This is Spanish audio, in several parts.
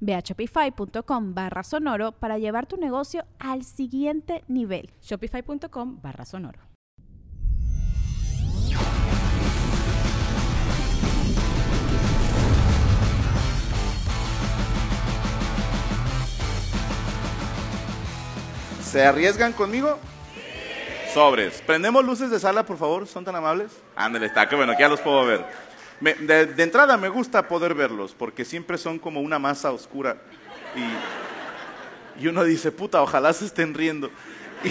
Ve a shopify.com barra sonoro para llevar tu negocio al siguiente nivel. Shopify.com barra sonoro. ¿Se arriesgan conmigo? Sobres. Prendemos luces de sala, por favor, son tan amables. Ándale, está, que bueno, aquí ya los puedo ver. Me- de, de entrada me gusta poder verlos, porque siempre son como una masa oscura. Y, y uno dice, puta, ojalá se estén riendo. Y-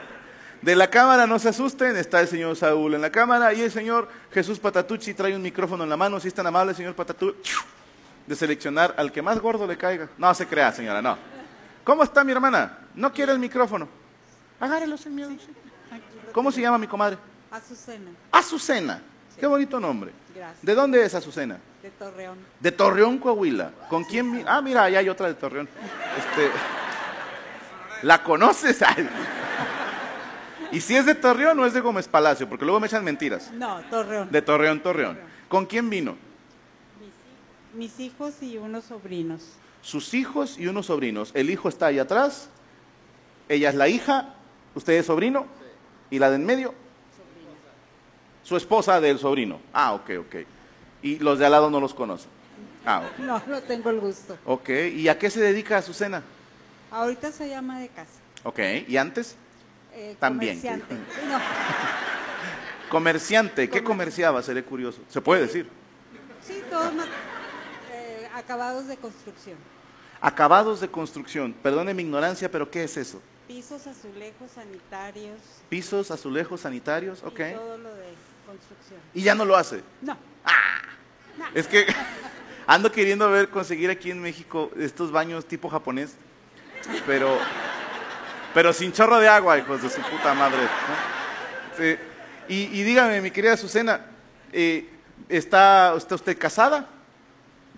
de la cámara, no se asusten, está el señor Saúl en la cámara y el señor Jesús Patatucci trae un micrófono en la mano. Si es tan amable, señor Patatucci, de seleccionar al que más gordo le caiga. No se crea, señora, no. ¿Cómo está mi hermana? No quiere el micrófono. Agárrelo sin miedo. ¿Cómo se llama mi comadre? Azucena, Azucena. Qué bonito nombre. Gracias. ¿De dónde es Azucena? de Torreón. De Torreón, Coahuila. ¿Con quién? vi- Ah, mira, allá hay otra de Torreón. Este, ¿La conoces? Ay. ¿Y si es de Torreón o es de Gómez Palacio? Porque luego me echan mentiras. No, Torreón. De Torreón, Torreón. ¿Con quién vino? Mis hijos y unos sobrinos. Sus hijos y unos sobrinos. El hijo está ahí atrás. Ella es la hija. Usted es sobrino. ¿Y la de en medio? Su esposa del sobrino. Ah, ok, ok. Y los de al lado no los conoce. Ah, ok. No, no tengo el gusto. Ok, ¿y a qué se dedica Azucena? Ahorita soy ama de casa. Ok, ¿y antes? eh, También. Comerciante. No, Comerciante, ¿qué Comer- comerciaba? Seré curioso. ¿Se puede decir? sí, todos ma- eh, acabados de construcción. Acabados de construcción. Perdone mi ignorancia, pero ¿qué es eso? Pisos, azulejos, sanitarios. Pisos, azulejos, sanitarios, ok. Y todo lo de construcción. Y ya no lo hace. No, Es que ando queriendo ver, conseguir aquí en México estos baños tipo japonés, pero, pero sin chorro de agua, hijos de su puta madre. ¿no? Sí. Y, y dígame, mi querida Azucena, eh, ¿está, ¿está usted casada?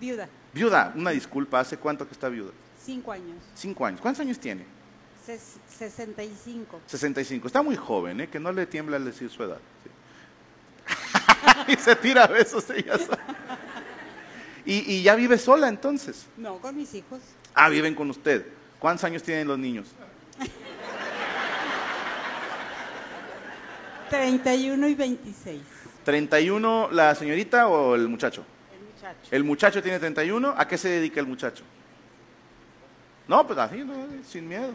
viuda. Viuda, una disculpa, ¿hace cuánto que está viuda? Cinco años. Cinco años. ¿Cuántos años tiene? Ses- 65. 65. Está muy joven, ¿eh? Que no le tiembla al decir su edad. sí. y se tira besos ella sola. Y, y ya vive sola entonces. No, con mis hijos. Ah, viven con usted. ¿Cuántos años tienen los niños? 31 y 26. ¿31 la señorita o el muchacho? El muchacho. El muchacho tiene 31. ¿A qué se dedica el muchacho? No, pues así, no, sin miedo.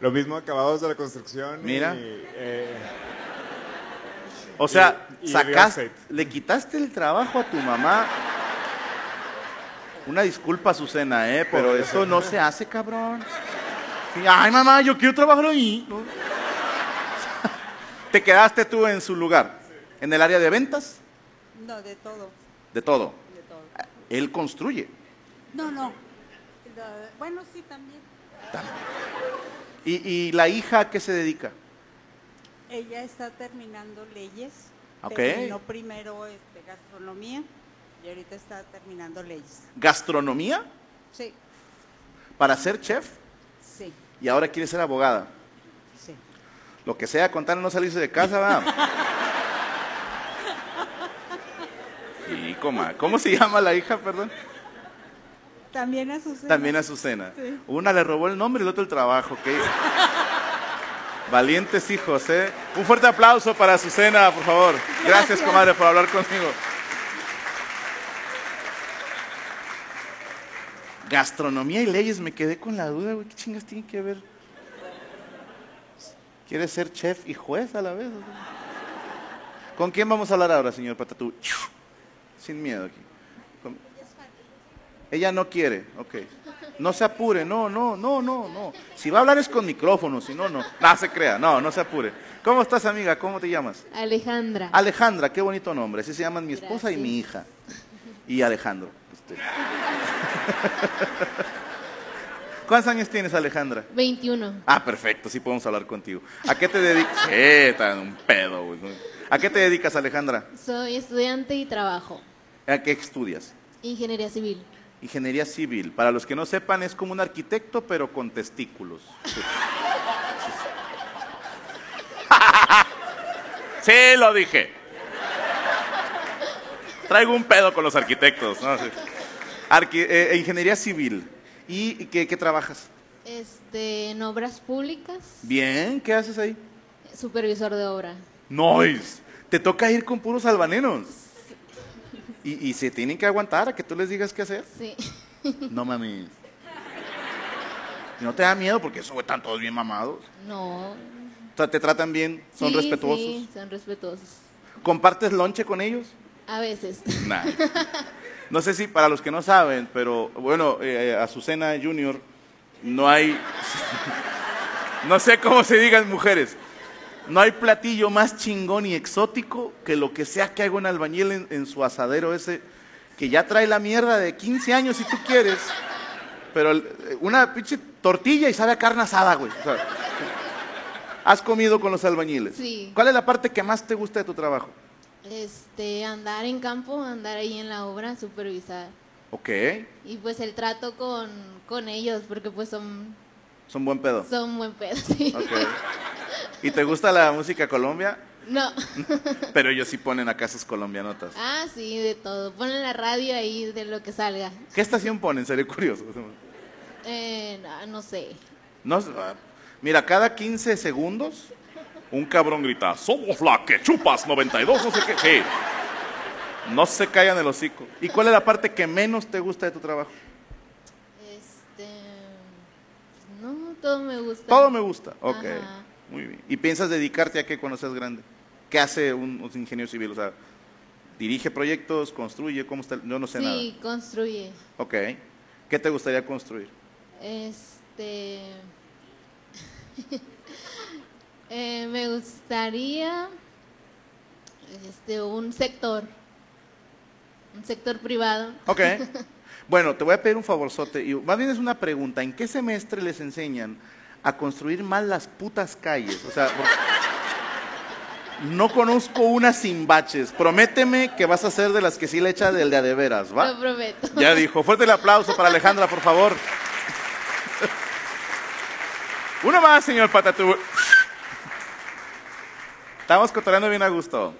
Lo mismo acabados de la construcción. y, Mira. eh, O sea, Y- y el sacaste, offset. le quitaste el trabajo a tu mamá. Una disculpa, Susana, ¿eh? Pero Pobre eso no se hace, cabrón. Sí, Ay, mamá, yo quiero trabajar ahí. ¿no? Te quedaste tú en su lugar, en el área de ventas, No, de todo. de todo. De todo. Él construye. No, no. La- Bueno, sí, también. ¿Y, y la hija a qué se dedica? Ella está terminando leyes. Ok. Terminó primero este, gastronomía y ahorita está terminando leyes. ¿Gastronomía? Sí, ¿Para ser chef? sí, Y ahora quiere ser abogada. sí. Lo que sea, contar no salirse de casa, va. Y coma, ¿cómo se llama la hija, perdón? También Azucena. También Azucena. Sí. Una le robó el nombre y el otro el trabajo, ¿ok? Valientes hijos, ¿eh? Un fuerte aplauso para Azucena, por favor. Gracias, Gracias. comadre, por hablar conmigo. Gastronomía y leyes, me quedé con la duda, güey. ¿Qué chingas tiene que ver? ¿Quieres ser chef y juez a la vez? ¿Con quién vamos a hablar ahora, señor Patatú? Sin miedo aquí. Con- Ella no quiere, ok. No se apure, no, no, no, no, no. Si va a hablar es con micrófono, si no, no. No se crea, no, no se apure. ¿Cómo estás, amiga? ¿Cómo te llamas? Alejandra. Alejandra, qué bonito nombre. Así se llaman mi esposa y mi hija. Y Alejandro. Este. ¿Cuántos años tienes, Alejandra? 21. Ah, perfecto, sí podemos hablar contigo. ¿A qué te dedicas? Sí, tan un pedo, güey. ¿A qué te dedicas, Alejandra? Soy estudiante y trabajo. ¿A qué estudias? Ingeniería civil. Ingeniería civil. Para los que no sepan, es como un arquitecto, pero con testículos. Sí, Sí, lo dije. Traigo un pedo con los arquitectos. ¿no? Sí. Arqui- eh, ingeniería civil. ¿Y qué, qué trabajas? Este, en obras públicas, Bien, ¿qué haces ahí? supervisor de obra. Nois, te toca ir con puros albaneros. Y, y se tienen que aguantar a que tú les digas qué hacer. Sí. No mami. No te da miedo porque eso güey, están todos bien mamados. No. O sea, te tratan bien, son Sí, respetuosos. Sí, son respetuosos. ¿Compartes lonche con ellos? A veces. Nah. No sé si para los que no saben, pero bueno, eh, Azucena Junior, no hay. no sé cómo se digan mujeres. No hay platillo más chingón y exótico que lo que sea que haga un albañil en, en su asadero ese, que ya trae la mierda de 15 años si tú quieres, pero el- eh, una pinche tortilla y sabe a carne asada, güey. o sea, ¿Has comido con los albañiles? Sí. ¿Cuál es la parte que más te gusta de tu trabajo? Este, andar en campo, andar ahí en la obra, supervisar. Ok, Y pues el trato con, con ellos, porque pues son, son buen pedo. son buen pedo. sí. Ok. ¿Y te gusta la música Colombia? No. Pero ellos sí ponen acá sus colombianotas. Ah, sí, de todo. Ponen la radio ahí de lo que salga. ¿Qué estación ponen? Seré curioso. Eh, no, no sé. No, sé, ah, mira, cada 15 segundos un cabrón grita, somos la que chupas 92, no sé qué. Sí. No se callan el hocico. ¿Y cuál es la parte que menos te gusta de tu trabajo? Este. No, todo me gusta. Todo me gusta. Ok. Ajá. Muy bien. ¿Y piensas dedicarte a qué cuando seas grande? ¿Qué hace un, un ingeniero civil? O sea, dirige proyectos, construye, ¿cómo está? el- Yo no sé nada. Sí, construye. Ok. ¿Qué te gustaría construir? Este. eh, me gustaría. Este, un sector. Un sector privado. Ok. Bueno, te voy a pedir un favorzote. Y más bien es una pregunta. ¿En qué semestre les enseñan a construir mal las putas calles? O sea, porque no conozco una sin baches. Prométeme que vas a ser de las que sí le echa del de a de veras, Lo ¿va? prometo. Ya dijo. Fuerte el aplauso para Alejandra, por favor. Uno más, señor Patatú. Estamos cotorreando bien a gusto.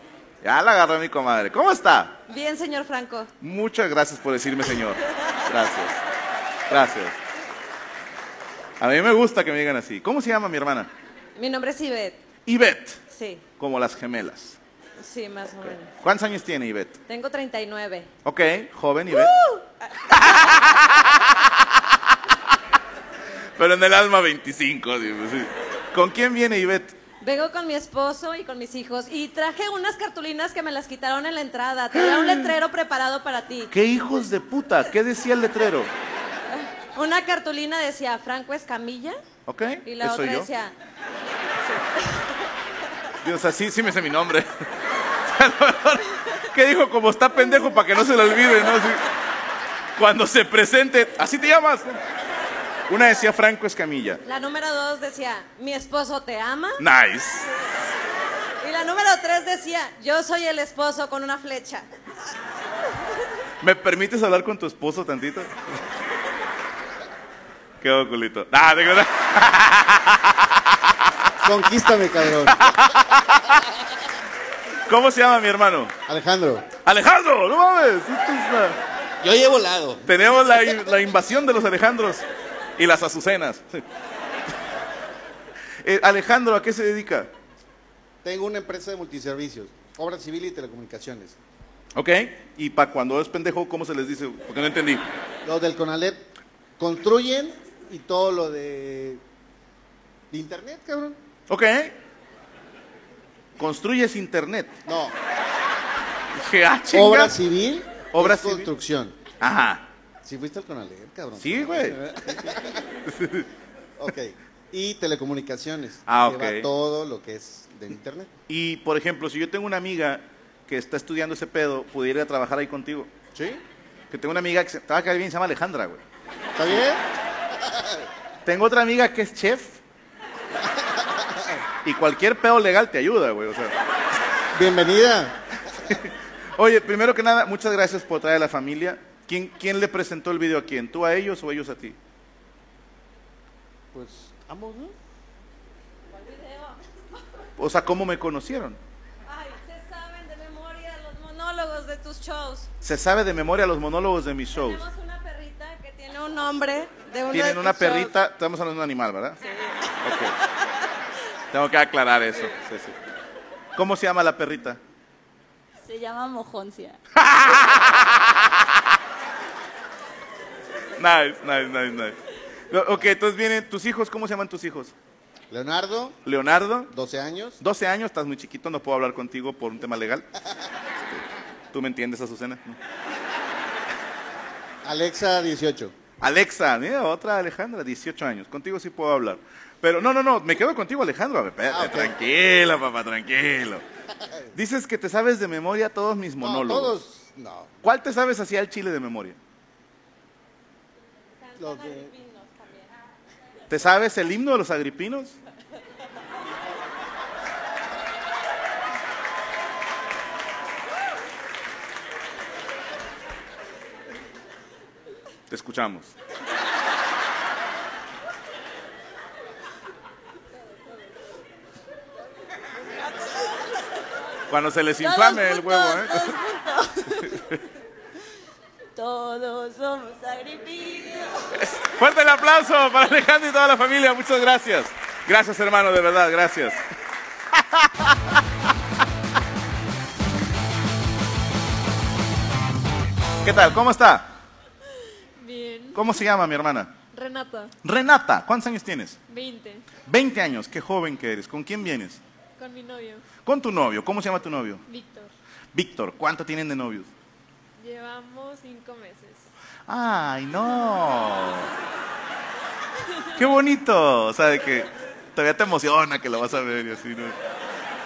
Ya la agarró mi comadre. ¿Cómo está? Bien, señor Franco. Muchas gracias por decirme, señor. Gracias. Gracias. A mí me gusta que me digan así. ¿Cómo se llama mi hermana? Mi nombre es Ivette. Ivette, Sí, como las gemelas. sí, más o menos. ¿Cuántos años tiene Ivette? Tengo 39. Ok, joven Ivette. Pero en el alma 25. sí, pues, sí. ¿Con quién viene Ivette? Vengo con mi esposo y con mis hijos y traje unas cartulinas que me las quitaron en la entrada. Tenía un letrero preparado para ti. ¿Qué hijos de puta? ¿Qué decía el letrero? Una cartulina decía Franco Escamilla ¿Ok? y la soy otra yo. decía Dios, así sí me sé mi nombre. ¿Qué dijo? Como está pendejo para que no se lo olvide, ¿no? Así, cuando se presente, así te llamas. Una decía Franco Escamilla. la número dos decía mi esposo te ama Nice. y la número tres decía yo soy el esposo con una flecha. ¿Me permites hablar con tu esposo tantito? Qué oculito. Ah, digo, no. Conquístame, cabrón. ¿Cómo se llama mi hermano? Alejandro. Alejandro, no mames. Esto es una- Yo llevo lado. Tenemos la, la invasión de los Alejandros y las Azucenas. Eh, Alejandro, ¿a qué se dedica? Tengo una empresa de multiservicios, obra civil y telecomunicaciones. Ok, y para cuando es pendejo, ¿cómo se les dice? Porque no entendí. Los del Conalep construyen y todo lo de, de internet, cabrón. Ok, Construyes internet. No, Dije, ah, chinga. obra civil, Obra es civil. construcción. Ajá. Si fuiste al Conalep, cabrón. Sí, güey. ok. Y telecomunicaciones. Ah, que ok. va todo lo que es del internet. Y, por ejemplo, si yo tengo una amiga que está estudiando ese pedo, pudiera ir a trabajar ahí contigo. ¿Sí? Que tengo una amiga que se, te va a caer bien, se llama Alejandra, güey. ¿Está bien? Tengo otra amiga que es chef. Y cualquier pedo legal te ayuda, güey. O sea. Bienvenida. Oye, primero que nada, muchas gracias por traer a la familia. ¿Quién, ¿Quién le presentó el video a quién? ¿Tú a ellos o ellos a ti? Pues ambos, ¿no? O sea, ¿cómo me conocieron? Ay, se saben de memoria los monólogos de tus shows. Se sabe de memoria los monólogos de mis shows. Tenemos una perrita que tiene un nombre de uno de Tienen tus una shows. perrita, estamos hablando de un animal, ¿verdad? Sí. Tengo que aclarar eso. Sí, sí. ¿Cómo se llama la perrita? Se llama Mojoncia. Nice, nice, nice, nice. No, Ok, entonces vienen tus hijos, ¿cómo se llaman tus hijos? Leonardo, Leonardo, 12 años. 12 años, estás muy chiquito, no puedo hablar contigo por un tema legal. ¿Tú me entiendes, Azucena? No. Alexa, 18. Alexa, mira, otra Alejandra, 18 años. Contigo sí puedo hablar. Pero no, no, no, me quedo contigo, Alejandro. A ver, espérate, Ah, ok. Tranquilo, papá, tranquilo. Dices que te sabes de memoria todos mis No, monólogos. todos, no. ¿Cuál te sabes así al chile de memoria? Los de- ¿Te sabes el himno de los agripinos? Te escuchamos. Cuando se les inflame el huevo, ¿eh? Todos somos agripinos. Fuerte el aplauso para Alejandro y toda la familia. Muchas gracias. Gracias, hermano, de verdad, gracias. ¿Qué tal? ¿Cómo está? Bien. ¿Cómo se llama mi hermana? Renata, Renata, ¿cuántos años tienes? 20, 20 años, qué joven que eres. ¿Con quién vienes? con mi novio, Con tu novio. ¿Cómo se llama tu novio? Víctor. Víctor, ¿cuánto tienen de novios? Llevamos cinco meses. Ay, no. Qué bonito. O sea, de que todavía te emociona que lo vas a ver y así, ¿no?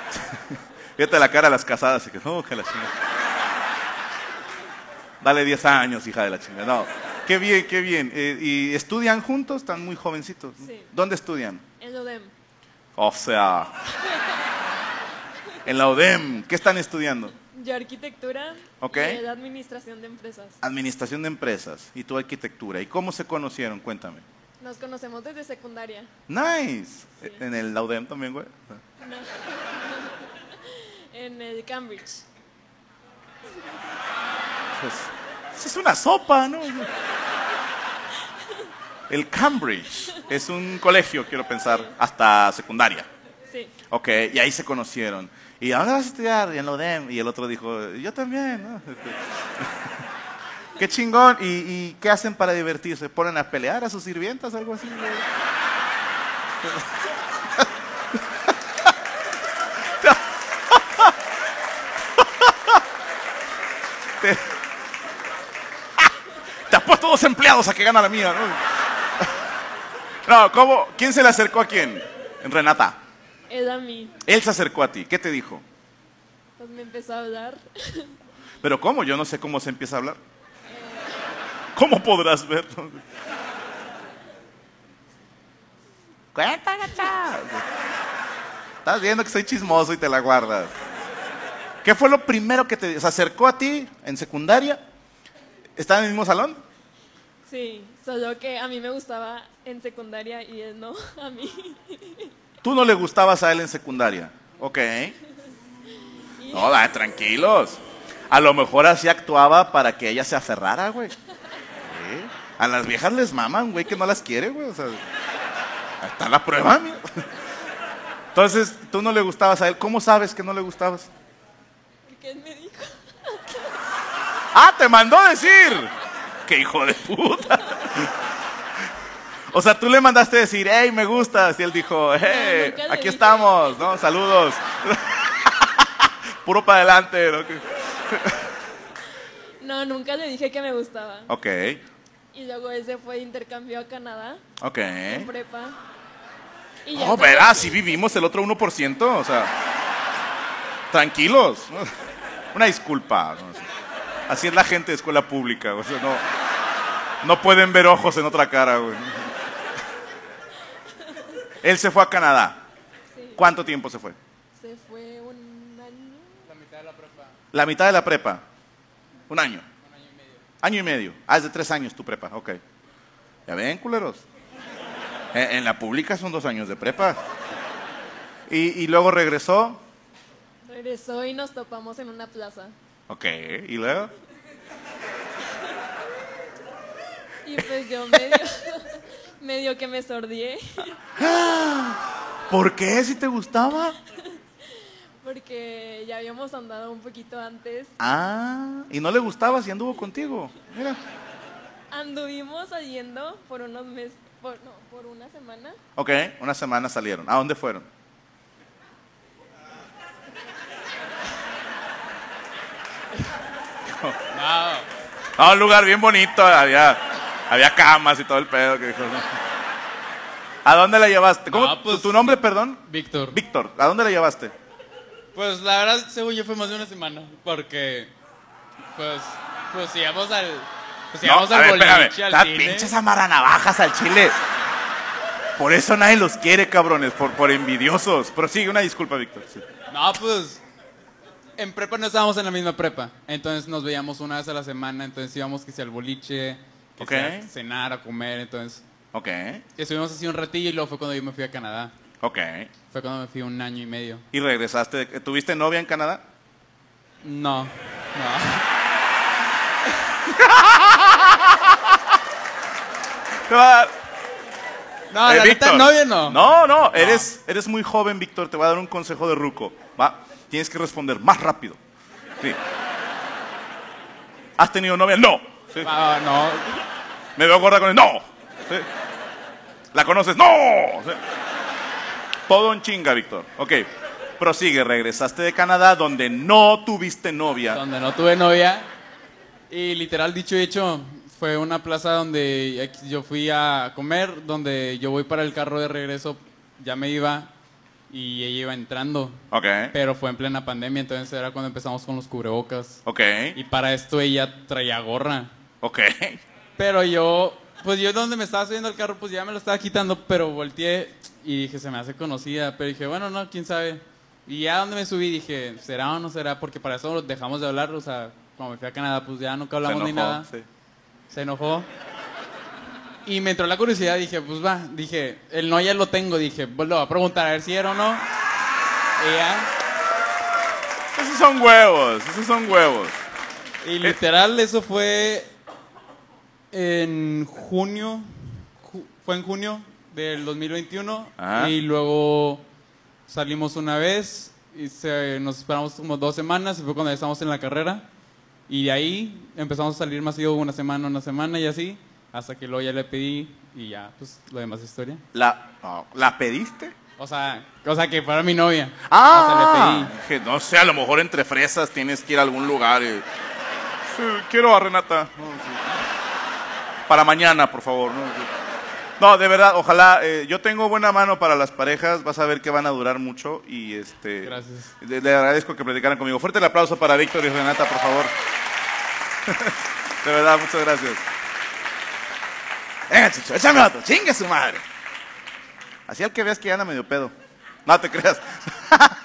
Fíjate la cara de las casadas, así que no, que la chingada. Dale 10 años, hija de la chingada. No. Qué bien, qué bien. Eh, ¿Y estudian juntos? Están muy jovencitos. ¿no? Sí. ¿Dónde estudian? En Lodem, O sea, en la UDEM. ¿Qué están estudiando? yo arquitectura Ok. y él administración de empresas. Administración de empresas y tu arquitectura. ¿Y cómo se conocieron? Cuéntame. Nos conocemos desde secundaria. Nice. En el Laudem también, güey. No. en el Cambridge. Pues, eso es una sopa, ¿no? El Cambridge es un colegio, quiero pensar, hasta secundaria. Sí. Ok, y ahí se conocieron. ¿Y a dónde vas a estudiar? Y en la UDEM. Y el otro dijo, yo también, ¿no? Este, qué chingón. ¿Y, y qué hacen para divertirse? ¿Ponen a pelear a sus sirvientas o algo así? güey? Te- Te apuesto dos empleados a que gana la mía, ¿no? No, ¿cómo? ¿Quién se le acercó a quién? Renata. Él a mí, Él se acercó a ti, ¿qué te dijo? pues me empezó a hablar. Pero ¿cómo? Yo no sé cómo se empieza a hablar. ¿Cómo podrás verlo? Cuenta, gacha. Estás viendo que soy chismoso y te la guardas. ¿Qué fue lo primero que te se acercó a ti en secundaria? ¿Está en el mismo salón? Sí, solo que a mí me gustaba en secundaria y él no, a mí. Tú no le gustabas a él en secundaria. Ok. No, da, tranquilos. A lo mejor así actuaba para que ella se aferrara, güey. Sí. A las viejas les maman, güey, que no las quiere, güey. O sea, ahí está la prueba, mira. Entonces, tú no le gustabas a él. ¿Cómo sabes que no le gustabas? Porque él me dijo, ¡Ah, te mandó decir! ¡Qué hijo de puta! O sea, tú le mandaste decir, hey, me gustas. Y él dijo, hey, nunca le aquí dije. estamos, ¿no? Saludos. puro para adelante. ¿no? Que- No, nunca le dije que me gustaba. Ok, Y luego ese fue de intercambio a Canadá, ok. en prepa. Y No, verá, si vivimos el otro 1%, o sea, tranquilos. Una disculpa. ¿no? Así es la gente de escuela pública, o sea, no, no pueden ver ojos en otra cara. güey. Él se fue a Canadá. ¿Cuánto tiempo se fue? Se fue un año. La mitad de la prepa. Un año. año y medio. Ah, es de tres años tu prepa, ok. ¿Ya ven, culeros? Eh, En, la pública son dos años de prepa. Y, y luego regresó. Regresó y nos topamos en una plaza. Ok, y luego. Y pues yo medio, medio que me sordié. ¿Por qué? ¿Si te gustaba? Porque ya habíamos andado un poquito antes. Ah, y no le gustaba si anduvo contigo. Mira. Anduvimos saliendo por unos meses, por, no, por una semana. Ok, una semana salieron. ¿A dónde fueron? A un lugar bien bonito, había, había camas y todo el pedo que dijo. ¿no? ¿A dónde la llevaste? ¿Cómo, Ah, pues- ¿Tu nombre, perdón? Víctor. Víctor, ¿a dónde la llevaste? Pues la verdad, según yo, fue más de una semana. Porque. Pues. Pues íbamos al. Pues íbamos a al ver, boliche, al las cine. pinches amaranavajas al chile. Por eso nadie los quiere, cabrones, por, por envidiosos. Pero sí, una disculpa, Víctor. sí. No, pues. En prepa no estábamos en la misma prepa. Entonces nos veíamos una vez a la semana. Entonces íbamos que si al boliche. Que Ok. si a cenar, a comer. Entonces. Ok, Y estuvimos así un ratillo y luego fue cuando yo me fui a Canadá. ok. Fue cuando me fui un año y medio. ¿Y regresaste? ¿Tuviste novia en Canadá? No. No. Ah, No, Eh, Ah, la neta, Víctor. novia no. No, no, eres, eres muy joven, Víctor. Te voy a dar un consejo de ruco. Va, tienes que responder más rápido. Sí. ¿Has tenido novia? No. Sí. Ah, no. Me veo gorda con él. No. Sí. ¿La conoces? No. Sí. Todo en chinga, Víctor. Ok. Prosigue, regresaste de Canadá donde no tuviste novia. Donde no tuve novia. Y literal, dicho y hecho, fue una plaza donde ex- yo fui a comer, donde yo voy para el carro de regreso, ya me iba y ella iba entrando. Ok. Pero fue en plena pandemia, entonces era cuando empezamos con los cubrebocas. Ok. Y para esto ella traía gorra. Ok. Pero yo, pues yo donde me estaba subiendo al carro, pues ya me lo estaba quitando, pero volteé y dije, se me hace conocida. Pero dije, bueno, no, quién sabe. Y ya donde me subí dije, ¿será o no será? Porque para eso dejamos de hablar, o sea, cuando me fui a Canadá, pues ya nunca hablamos Se ni enojó, nada. sí. Se enojó. Y me entró la curiosidad, dije, pues va, dije, el no ya lo tengo, dije, pues lo voy a preguntar a ver si era o no. Ella, Esos son huevos, esos son huevos. y literal, eso fue en junio, ju- fue en junio del 2021, Ajá. y luego salimos una vez, y se- nos esperamos como dos semanas, y fue cuando ya estábamos en la carrera, y de ahí empezamos a salir más seguido una semana, una semana, y así, hasta que luego ya le pedí, y ya, pues, lo demás es historia. ¿La, oh, ¿la pediste? O sea, o sea que fuera mi novia. O sea, Ah, le pedí. Dije, no sé, a lo mejor entre fresas tienes que ir a algún lugar. y- Sí, quiero a Renata. No, sí. Para mañana, por favor. No, Sí. No, de verdad, ojalá. eh, yo tengo buena mano para las parejas. Vas a ver que van a durar mucho. Y este. Gracias. Le, le agradezco que platicaran conmigo. Fuerte el aplauso para Víctor y Renata, por favor. de verdad, muchas gracias. Venga, Chucho, échame otro. Chingue su madre. Así al que veas que ya anda medio pedo. No te creas.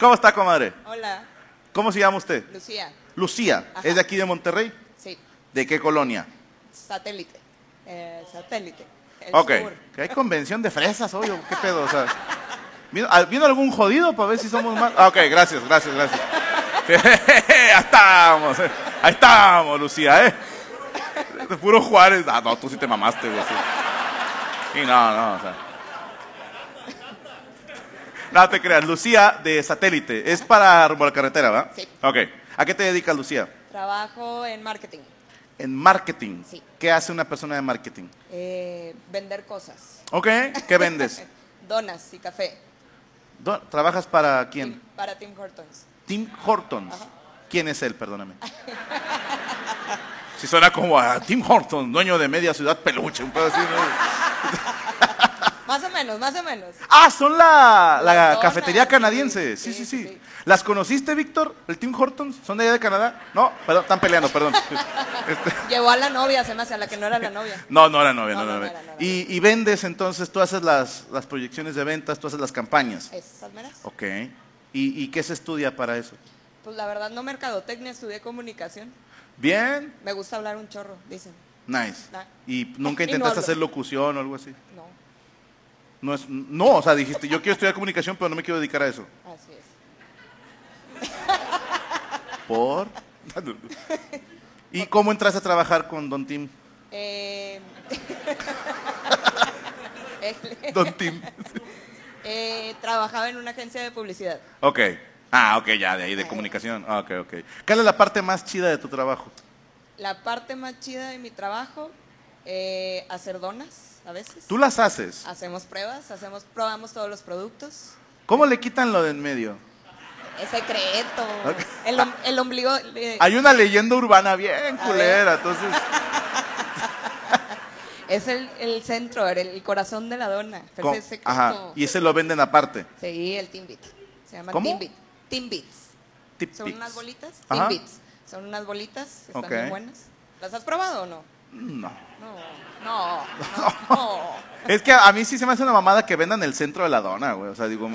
¿Cómo está, comadre? Hola, ¿Cómo se llama usted? Lucía. Lucía. Ajá. ¿Es de aquí de Monterrey? Sí, ¿De qué colonia? satélite. Eh, satélite. El ok. sur. Que Hay convención de fresas hoy. o ¿Qué pedo? O sea, ¿vino, al- vino algún jodido para ver si somos más? Ah, ok, gracias, gracias, gracias. Sí, ahí estamos. eh. Ahí estamos, Lucía, ¿eh? De puro Juárez. Ah, no, tú sí te mamaste, güey. sí. Y no, no, o sea. No te creas, Lucía de satélite. Es para rumbo a la carretera, ¿verdad? Sí. Ok. ¿A qué te dedicas, Lucía? Trabajo en marketing. En marketing. Sí. ¿Qué hace una persona de marketing? Eh, vender cosas. Ok, ¿qué vendes? Donas y café. Do- ¿Trabajas para quién? Tim- Para Tim Hortons. Tim Hortons. ¿Quién es él? Perdóname. Si suena como a Tim Hortons, dueño de media ciudad peluche, un pedo así, ¿no? Más o menos, más o menos. Ah, son la, la Las donas, cafetería canadiense. Sí sí, sí, ¿Las conociste, Víctor? ¿El Tim Hortons? ¿Son de allá de Canadá? No, perdón, están peleando, perdón. Llevó a la novia, se me hace, a la que no era la novia. No, no era novia, no, era novia. y, y vendes, entonces, tú haces las, las proyecciones de ventas, tú haces las campañas. ¿Esas meras? Ok. ¿Y, y qué se estudia para eso? Pues la verdad no mercadotecnia, estudié comunicación. Bien, Me gusta hablar un chorro, dicen. nice. Nah. ¿Y nunca Y no intentaste hablo. hacer locución o algo así? No, No, es, no, o sea, dijiste, yo quiero estudiar comunicación, pero no me quiero dedicar a eso. así es. ¿Por? ¿Y cómo entras a trabajar con Don Tim? Eh... Él- Don Tim. Eh, trabajaba en una agencia de publicidad. Ok. Ah, ok, ya, de ahí, de comunicación. Ah, Ok, ok. ¿Cuál es la parte más chida de tu trabajo? La parte más chida de mi trabajo, eh, hacer donas a veces. Tú las haces. Hacemos pruebas, hacemos, probamos todos los productos. ¿Cómo le quitan lo de en medio? Es secreto. El, om- el ombligo. eh, Hay una leyenda urbana bien culera, entonces... Es el, el centro, el, el corazón de la dona. Pero ¿cómo? ese es secreto. Ajá, y ese lo venden aparte. Sí, el Timbit. Se llama ¿Cómo? Timbit. Timbits. Tip Son tics. unas bolitas. Ajá. Timbits. Son unas bolitas que están Ok. muy buenas. ¿Las has probado o no? No. No, no, no. Es que a mí sí se me hace una mamada que vendan el centro de la dona, güey. O sea, digo,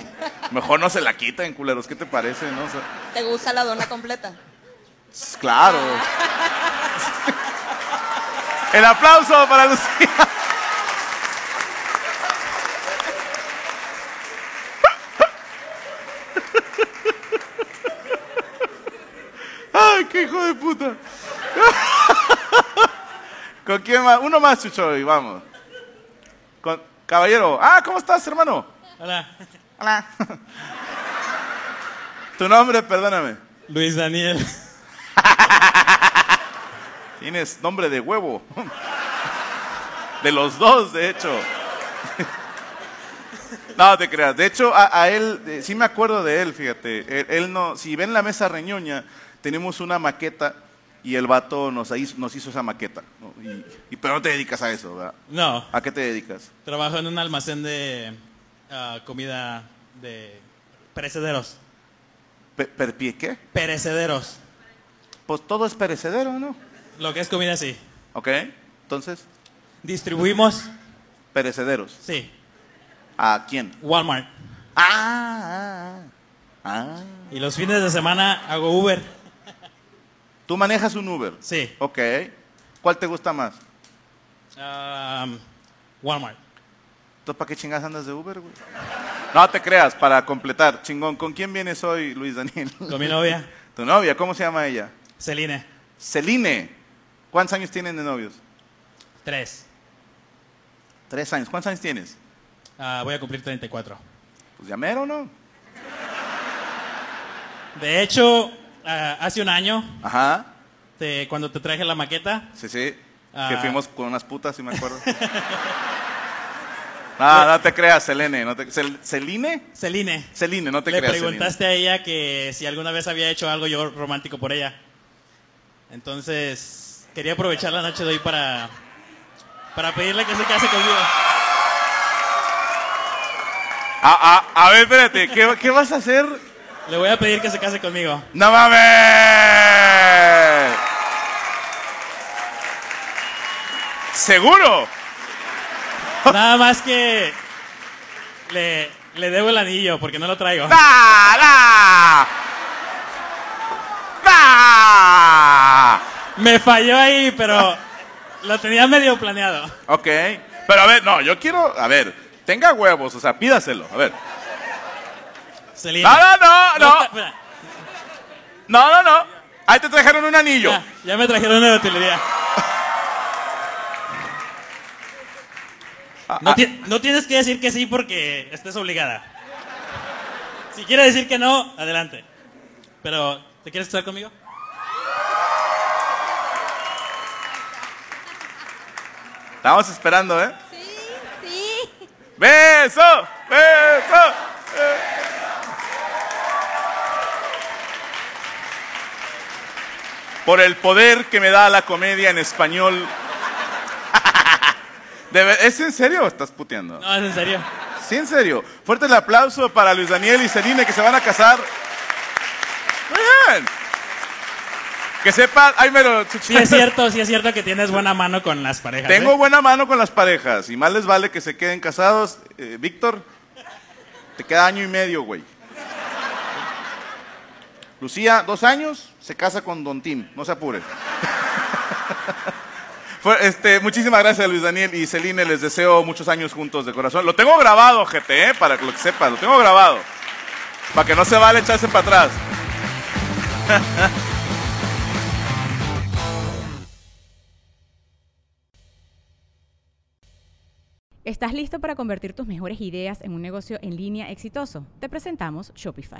mejor no se la quiten, culeros. ¿Qué te parece? No, O sea, ¿Te gusta la dona completa? claro. El aplauso para Lucía. Ay, qué hijo de puta. ¿Con quién más? Uno más, Chucho, y vamos. Con- caballero. Ah, ¿cómo estás, hermano? Hola, Hola. Tu nombre, perdóname. Luis Daniel. Tienes nombre de huevo. De los dos, de hecho. No, te creas. De hecho, a, a él, eh, sí me acuerdo de él, fíjate. Él, él no, si ven la mesa reñoña, tenemos una maqueta y el vato nos hizo, nos hizo esa maqueta. ¿no? Y, y- pero no te dedicas a eso, ¿verdad? No, ¿A qué te dedicas? trabajo en un almacén de ah, comida de perecederos. Pe- per- pie- ¿Qué? Perecederos. Pues todo es perecedero, ¿no? Lo que es comida, sí. ¿Ok? Entonces. Distribuimos. Perecederos. Sí. ¿A quién? Walmart. Ah, ah. Y los fines de semana hago Uber. ¿Tú manejas un Uber? Sí. Ok. ¿Cuál te gusta más? Am, Walmart. ¿Tú para qué chingas andas de Uber, güey? No te creas, para completar, chingón, ¿con quién vienes hoy, Luis Daniel? Con mi novia. ¿Tu novia? ¿Cómo se llama ella? Celine. Celine. ¿Cuántos años tienen de novios? Tres. Tres años. ¿Cuántos años tienes? Ah, voy a cumplir 34. Pues ya mero, ¿no? De hecho, ah, hace un año, Ajá. te- cuando te traje la maqueta, Sí, sí. Que Ah. fuimos con unas putas, si me acuerdo. No, no te creas, Celine. No te... Cel- ¿Celine? Celine. Celine, no te le creas. Celine. preguntaste a ella que si alguna vez había hecho algo yo romántico por ella. Entonces, quería aprovechar la noche de hoy para, para pedirle que se case conmigo. A, Ah, a- a ver, espérate, ¿qué, qué vas a hacer? Le voy a pedir que se case conmigo. ¡No mames! ¿Seguro? Nada más que le, le debo el anillo porque no lo traigo. ¡Para! Me falló ahí, pero lo tenía medio planeado. Ok, pero a ver, no, yo quiero, a ver, tenga huevos, o sea, pídaselo, a ver. Celine. No, no, no, no. espera. No, no, no, ahí te trajeron un anillo. Ya, ya me trajeron una utilería. Ah, No, ti- no tienes que decir que sí porque estés obligada. Si quieres decir que no, adelante. Pero, ¿te quieres estar conmigo? Estamos esperando, ¿eh? Sí, sí. ¡Beso! ¡Beso! por el poder que me da la comedia en español. De ver- ¿Es en serio o estás puteando? No, es en serio. Sí, en serio. Fuerte el aplauso para Luis Daniel y Celine que se van a casar. Muy bien. Que sepan, ay, mero. Sí es cierto, sí es cierto que tienes buena mano con las parejas. ¿eh? Tengo buena mano con las parejas y más les vale que se queden casados. Eh, Víctor, te queda año y medio, güey. Lucía, dos años, se casa con Don Tim, no se apure. Fue- este, muchísimas gracias Luis Daniel y Celine, les deseo muchos años juntos de corazón. Lo tengo grabado, gente, eh, para que lo que sepan, lo tengo grabado. Para que no se vale echarse para atrás. ¿Estás listo para convertir tus mejores ideas en un negocio en línea exitoso? Te presentamos Shopify.